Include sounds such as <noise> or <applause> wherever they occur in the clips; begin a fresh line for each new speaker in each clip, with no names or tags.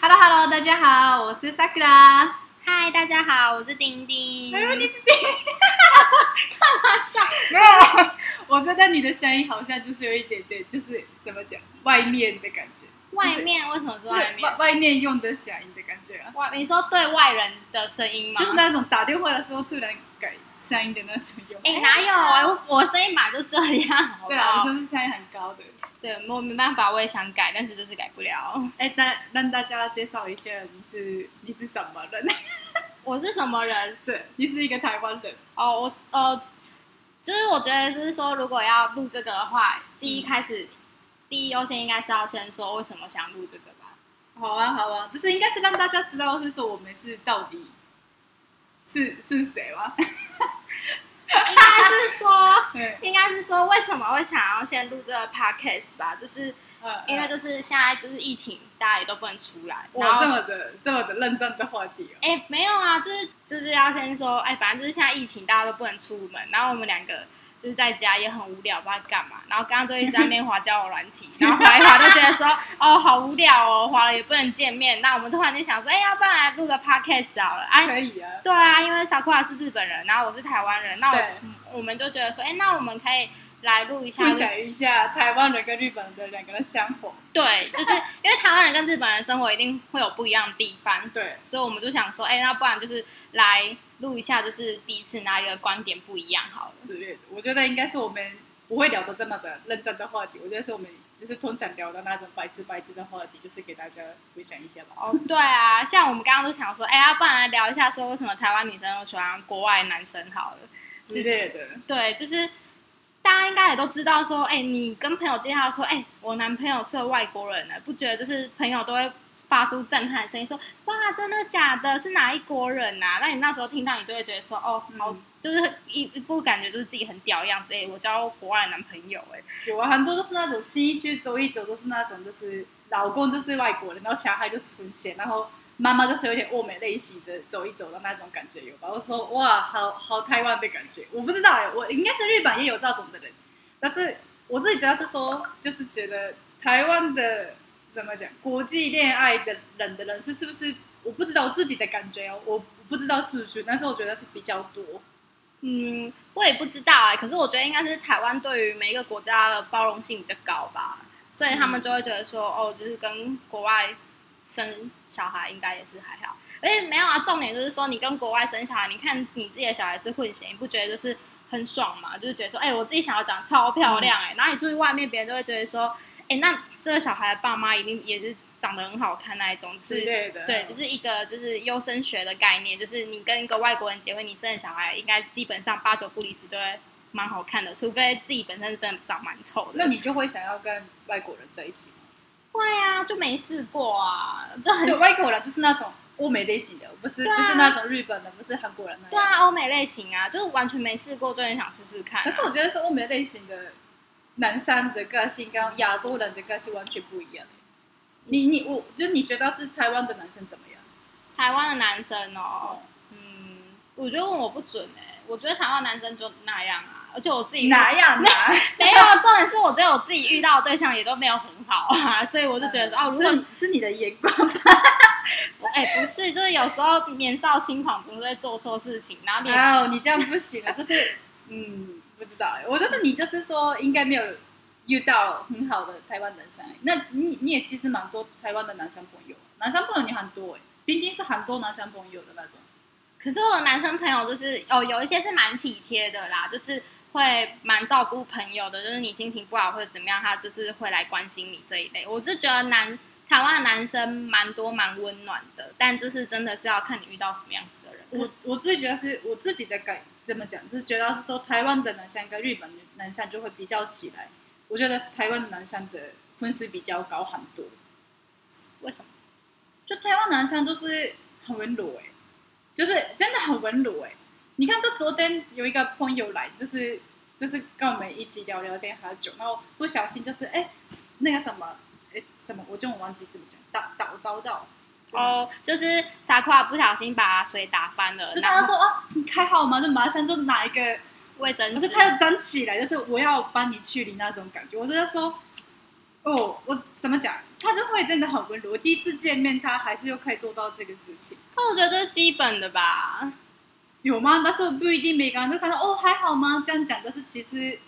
Hello，大家好，我是 Sakura。
嗨，大家好，我是丁丁。
是第
干嘛笑？
没有？我觉得你的声音好像就是有一点点，就是怎么讲，外面的感觉，
<laughs> 外面为什么是
就是
外面
外？外面用的响音的感觉啊，
外，你说对外人的声音吗？
就是。那种打电话的时候突然改声音的那种用。
哎、哪有啊？我我声音嘛就这样，好不
对啊，
好
我就是声音很高的。
对，我没办法，我也想改，但是就是改不
<laughs>
了。
哎，那让大家介绍一下你是你是什么人？ <laughs>
我是什么人？
对，你是一个台湾人。
哦，我呃，就是我觉得就是说，如果要录这个的话，第一开
嗯
始、第一优先应该是要先说为什么想录这个
<laughs>
吧。
好啊，好啊，就是应该是让大家知道，就是我们是到底是是谁吗？
应该是说，
对，
应该是说为什么会想要先录这个 podcast 吧，就是
嗯
因为就是现在就是疫情，大家也都不能出来，
我
然
这
后。
么的这么的认真的话题哦。
哎、没有啊，就是就是要先说，哎、反正就是现在疫情，大家都不能出门，然后我们两个就是在家也很无聊，不知道干嘛。然后刚刚就一直在那边滑交友软体，然后滑一滑就觉得说，哦，好无聊哦，滑了也不能见面。那我们突然就想说，哎、要不然来录个 podcast 好了。哎、
可以啊，
对啊，因为萨库拉是日本人，然后我是台湾人，那我
对
我们就觉得说，哎、那我们可以来录一下
分享一下台湾人跟日本人的两个人相火。
对，就是因为台湾人跟日本人生活一定会有不一样的地方，
对，
所以我们就想说，哎、那不然就是来录一下，就是彼此哪一个观点不一样好了。
之类的，我觉得应该是我们不会聊的这么的认真的话题，我觉得是我们就是通常聊的那种白痴白痴的话题，就是给大家分享一下吧。
哦，对啊，像我们刚刚就想说，哎、要不然来聊一下，说为什么台湾女生都喜欢国外男生好了。
之类的，
对，就是大家应该也都知道说，哎、你跟朋友介绍说，哎、我男朋友是个外国人呢，不觉得就是朋友都会发出震撼的声音说，哇，真的假的？是哪一国人呐、啊？那你那时候听到，你就会觉得说，哦，好，
嗯
就是一一副感觉就是自己很屌的样子，哎、我交国外的男朋友、哎，
有啊，很多都是那种西区走一走都是那种，就是老公就是外国人，然后小孩就是混血，然后妈妈就是有点欧美类型的走一走的那种感觉有吧？我说哇，好好台湾的感觉，我不知道哎、我应该是日本也有这种的人，但是我自己主要是说，就是觉得台湾的怎么讲，国际恋爱的人的人数是不是？我不知道我自己的感觉哦，我不知道数据，但是我觉得是比较多。
嗯，我也不知道哎、可是我觉得应该是台湾对于每一个国家的包容性比较高吧，所以他们就会觉得说，哦，就是跟国外生小孩应该也是还好，而且没有啊，重点就是说你跟国外生小孩，你看你自己的小孩是混血，你不觉得就是很爽嘛？就是觉得说，哎、我自己小孩长得超漂亮哎、然后你出去外面，别人都会觉得说，哎、那这个小孩的爸妈一定也是长得很好看那一种，就
之
是
类的，
对，就是一个就是优生学的概念，就是你跟一个外国人结婚，你生的小孩应该基本上八九不离十就会蛮好看的，除非自己本身真的长蛮丑
那
的。
你就会想要跟外国人在一起吗？
会啊，就没试过啊，这很
<laughs> 就外国人就是那种欧美类型的，不是、
对啊
不是那种日本的，不是韩国人那
对
样。
啊，欧美类型啊，就是完全没试过，就很想试试看啊、
可是我觉得是欧美类型的男生的个性跟亚洲人的个性完全不一样欸。
嗯
你你我就是你觉得是台湾的男生怎么样？
台湾的男生哦，嗯，我觉得问我不准哎、我觉得台湾男生就那样啊，而且我自己遇
哪样哪？
没有，重点是我觉得我自己遇到的对象也都没有很好啊，所以 <laughs> 我就觉得说哦，如果
是是你的眼光
哎、不是，就是有时候年少轻狂，总是会做错事情，然后你、
哇哦，你这样不行啊！就是嗯，不知道欸，我就是你就是说应该没有遇到很好的台湾男生欸。那你你也其实蛮多台湾的男生朋友，男生朋友你很多哎，丁丁是很多男生朋友的那种。
可是我的男生朋友就是哦，有一些是蛮体贴的啦，就是会蛮照顾朋友的，就是你心情不好或者怎么样，他就是会来关心你这一类。我是觉得男台湾的男生蛮多蛮温暖的，但就是真的是要看你遇到什么样子的人。
我我自己觉得是我自己的感怎么讲，就是觉得是说台湾的男生跟日本男生就会比较起来，我觉得是台湾的男生的分数比较高很多。
为什么？
就台湾男生都是很温柔哎、就是真的很温柔哎、你看，就昨天有一个朋友来，就是就是跟我们一起聊聊天喝酒，然后不小心就是哎、那个什么哎、怎么我就忘记怎么讲，打打叨叨。
哦，就是傻瓜不小心把水打翻了，
就
然
他
后
说啊，你开好吗？就马上就拿一个
卫生
可是
纸，
他又站起来，就是我要帮你去理那种感觉。我就在说，哦，我怎么讲？他就会真的很温柔。第一次见面，他还是又可以做到这个事情，
但我觉得这是基本的吧。
有吗？但是不一定每个人都看到哦，还好吗？这样讲，但是其实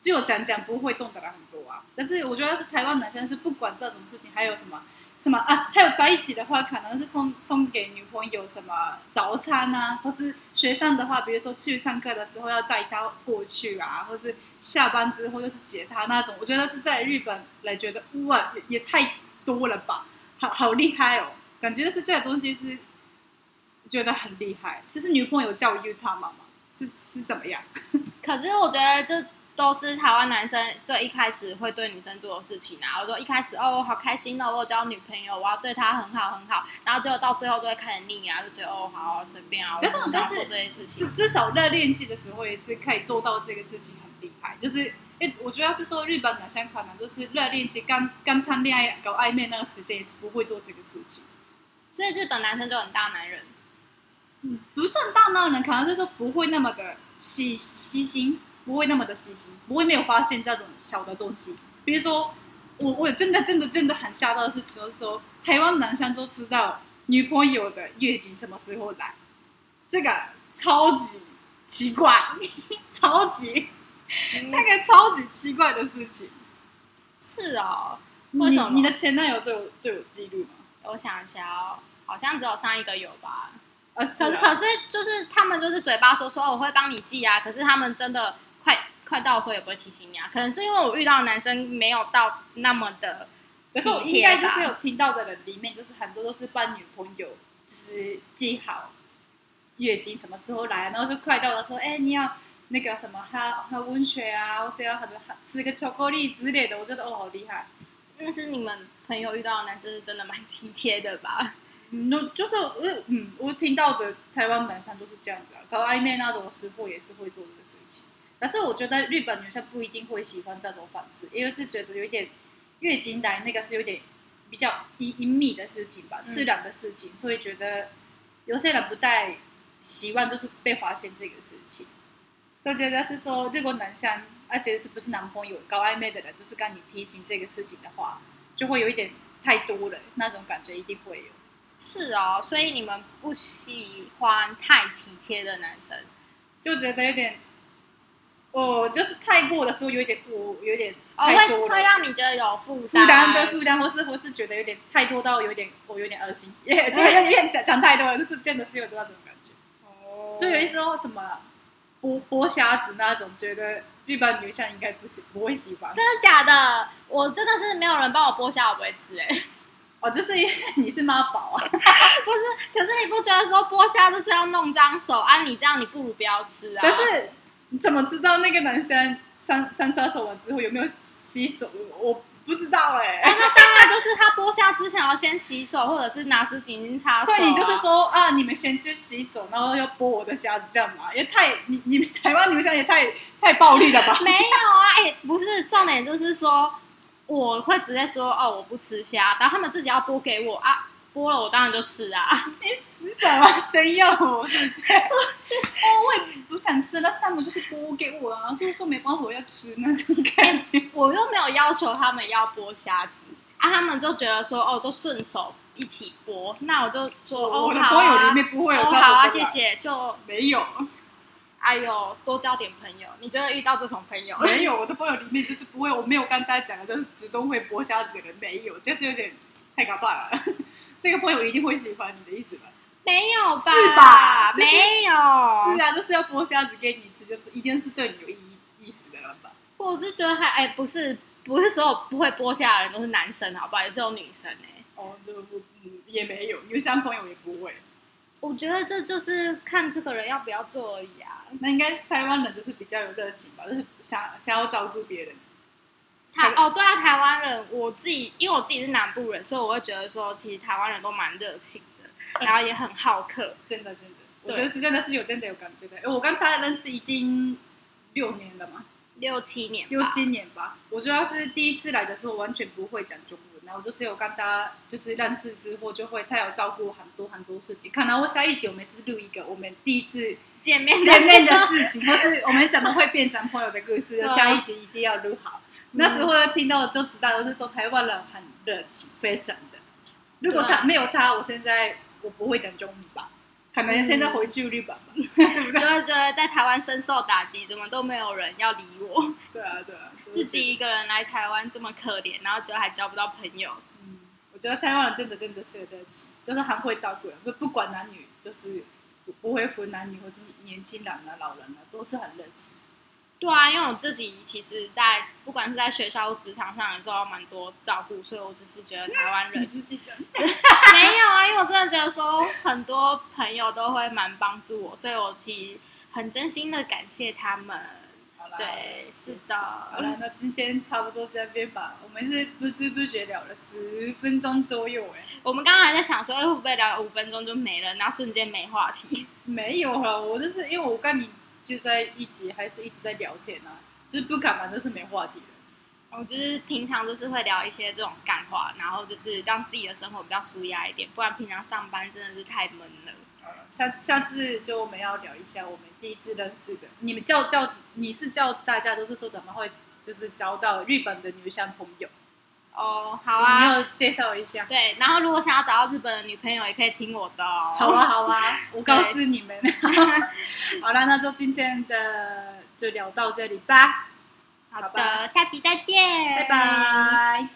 只有讲讲，不会动的人很多啊。但是我觉得是台湾男生是不管这种事情，还有什么什么啊，还有在一起的话，可能是送送给女朋友什么早餐啊，或是学生的话，比如说去上课的时候要载她过去啊，或是下班之后就是接她那种。我觉得是在日本来觉得哇，也也太多了吧，好好厉害哦，感觉就是这个东西是。觉得很厉害，就是女朋友教育他妈妈是是怎么样？
可是我觉得这都是台湾男生最一开始会对女生做的事情啊。我说一开始哦，我好开心哦，我有交女朋友，我要对她很好很好，然后结果到最后都会开始腻啊，就觉得哦，好啊随便啊，我
但是我
不
觉
想
得
做
是
这件事
至
情。
至少热恋期的时候也是可以做到这个事情，很厉害。就是，诶，我觉得是说日本男生可能就是热恋期刚刚谈恋爱搞暧昧那个时间也是不会做这个事情，
所以日本男生就很大男人，
嗯，不算大闹人，可能是说不会那么的细细心，不会那么的细心，不会没有发现这种小的东西。比如说，我我真的真的真的很吓到的是，就是说台湾男生都知道女朋友的月经什么时候来，这个超级奇怪， <laughs> 超级这个超级奇怪的事情。
是哦。为什么
你你的前男友对我对我记录吗？
我想一下哦，好像只有上一个有吧。
啊，
可是
啊
可是就是他们就是嘴巴说说哦我会帮你记啊，可是他们真的快快到的时候也不会提醒你啊。可能是因为我遇到的男生没有到那么的
可是我
体
应
贴吧
该就是有听到的人里面，就是很多都是帮女朋友就是记好月经什么时候来，啊然后就快到的时候，哎、你要那个什么喝喝温水啊，或是要很多吃个巧克力之类的，我觉得哦好厉害。
那是你们朋友遇到的男生是真的蛮体贴的吧？
嗯，那就是我嗯，我听到的台湾男生就是这样子啊，搞暧昧那种时候也是会做这个事情。但是我觉得日本女生不一定会喜欢这种方式，因为是觉得有点月经来那个是有点比较隐隐秘的事情吧，
嗯
私人的事情，所以觉得有些人不太习惯就是被发现这个事情。就觉得是说，如果男生，而且是不是男朋友搞暧昧的人，就是跟你提醒这个事情的话，就会有一点太多了，那种感觉一定会有。
是哦，所以你们不喜欢太体贴的男生。
就觉得有点，哦，就是太过的时候有点，我有点
哦，
太
会
多
会
了，
让你觉得有负
负
担，
担对负担，或是或是觉得有点太多到有点，我、有点恶心，
<laughs>
也就有点讲讲太多了，就是真的是有那种感觉，
哦
就有一种什么剥剥虾子那种，觉得日本女生应该不喜不会喜欢，
真的假的？我真的是没有人帮我剥虾，我不会吃哎、
哦，就是因为你是妈宝啊，
<laughs> 不是，可是你不觉得说剥虾就是要弄脏手啊？你这样你不如不要吃啊。
但是你怎么知道那个男生上上厕所完之后有没有洗手？我不知道哎、
当然啊就是他剥虾之前要先洗手，或者是拿湿纸巾擦手、
所
啊。
以你就是说啊，你们先去洗手，然后要剥我的虾子，这样嘛？也太你你们台湾女生也太太暴力了吧？<laughs>
<laughs> 没有啊？哎、不是，重点就是说我会直接说哦，我不吃虾，然后他们自己要剥给我啊，剥了我当然就吃
<laughs>
啊。
你死什么？啊谁要我？是不是？哦，我也不想吃，但是他们就是剥给我啊，所以说没办法，我要吃那种感觉。
我又没有要求他们要剥虾子啊，他们就觉得说哦，就顺手一起剥。那我就说哦，
我的
好
朋友里
啊，
面不会有
哦
这种、
好啊，谢，谢，就。
<laughs> 没有
哎呦，多交点朋友。你觉得遇到这种朋友，
没有，我的朋友里面就是不会，我没有跟大家讲的，就是只都会剥虾子的人没有，这是有点太搞怕了。 <laughs> 这个朋友一定会喜欢你的意思吧？
没有吧？
是吧就是
没有。
是啊，就是要剥虾子给你吃，就是一定是对你有意义意思的了吧？
我是觉得还哎，不是不是所有不会剥虾的人都是男生，好不好？也是有女生哎、
哦，就不嗯也没有，有像朋友也不会。
我觉得这就是看这个人要不要做而已啊。
那应该是台湾人就是比较有热情吧，就是想想要照顾别人。
台哦，对啊，台湾人，我自己因为我自己是南部人，所以我会觉得说，其实台湾人都蛮热情的，然后也很好客。
真的真的，我
对
觉得是真的是有真的有感觉的。诶我跟他认识已经六年了嘛，
六七年吧，
六七年吧。我主要是第一次来的时候完全不会讲中文，然后就是有跟他就是认识之后，就会他有照顾很多很多事情。可能我下一集我们是录一个我们第一次
见面
<laughs> 见面的事情，或是我们怎么会变成朋友的故事 <laughs>
嗯，
下一集一定要录好。那时候听到就知道，就是说台湾人很热情，非常的。如果他、
对啊
没有他，我现在我不会讲中文吧，可能现在回去日本吧。
就是觉得在台湾深受打击，怎么都没有人要理我，
对啊，对啊，就是
自己一个人来台湾这么可怜，然后结果还交不到朋友，
嗯，我觉得台湾人真的真的是有热情，就是很会照顾人，不不管男女，就是不不会分男女或是年轻人啊、老人啊，都是很热情。
对啊，因为我自己其实在，不管是在学校或职场上，也受到蛮多照顾，所以我只是觉得台湾人
自己讲，
<laughs> 没有啊，因为我真的觉得说很多朋友都会蛮帮助我，所以我其实很真心的感谢他们。
好啦，
对，是
好了
的，，
那今天差不多这边吧。我们是不知不觉聊了十分钟左右，哎，
我们刚刚还在想说，哎会不会聊五分钟就没了，然后瞬间没话题。 <laughs>
没有了。我就是因为我跟你就在一起，还是一直在聊天啊，就是不敢玩，就是没话题了。
我就是平常就是会聊一些这种干话，然后就是让自己的生活比较舒压一点，不然平常上班真的是太闷了。
好了下下次就我们要聊一下我们第一次认识的，你们叫叫你是叫大家都是说怎么会就是交到日本的女生朋友，
哦，好啊，
你要介绍一下。
对，然后如果想要找到日本的女朋友，也可以听我的哦。
好啊，好啊，我告诉你们。 <laughs> 好了，那就今天的就聊到这里吧，
好
好吧
的，下期再见，
拜。拜。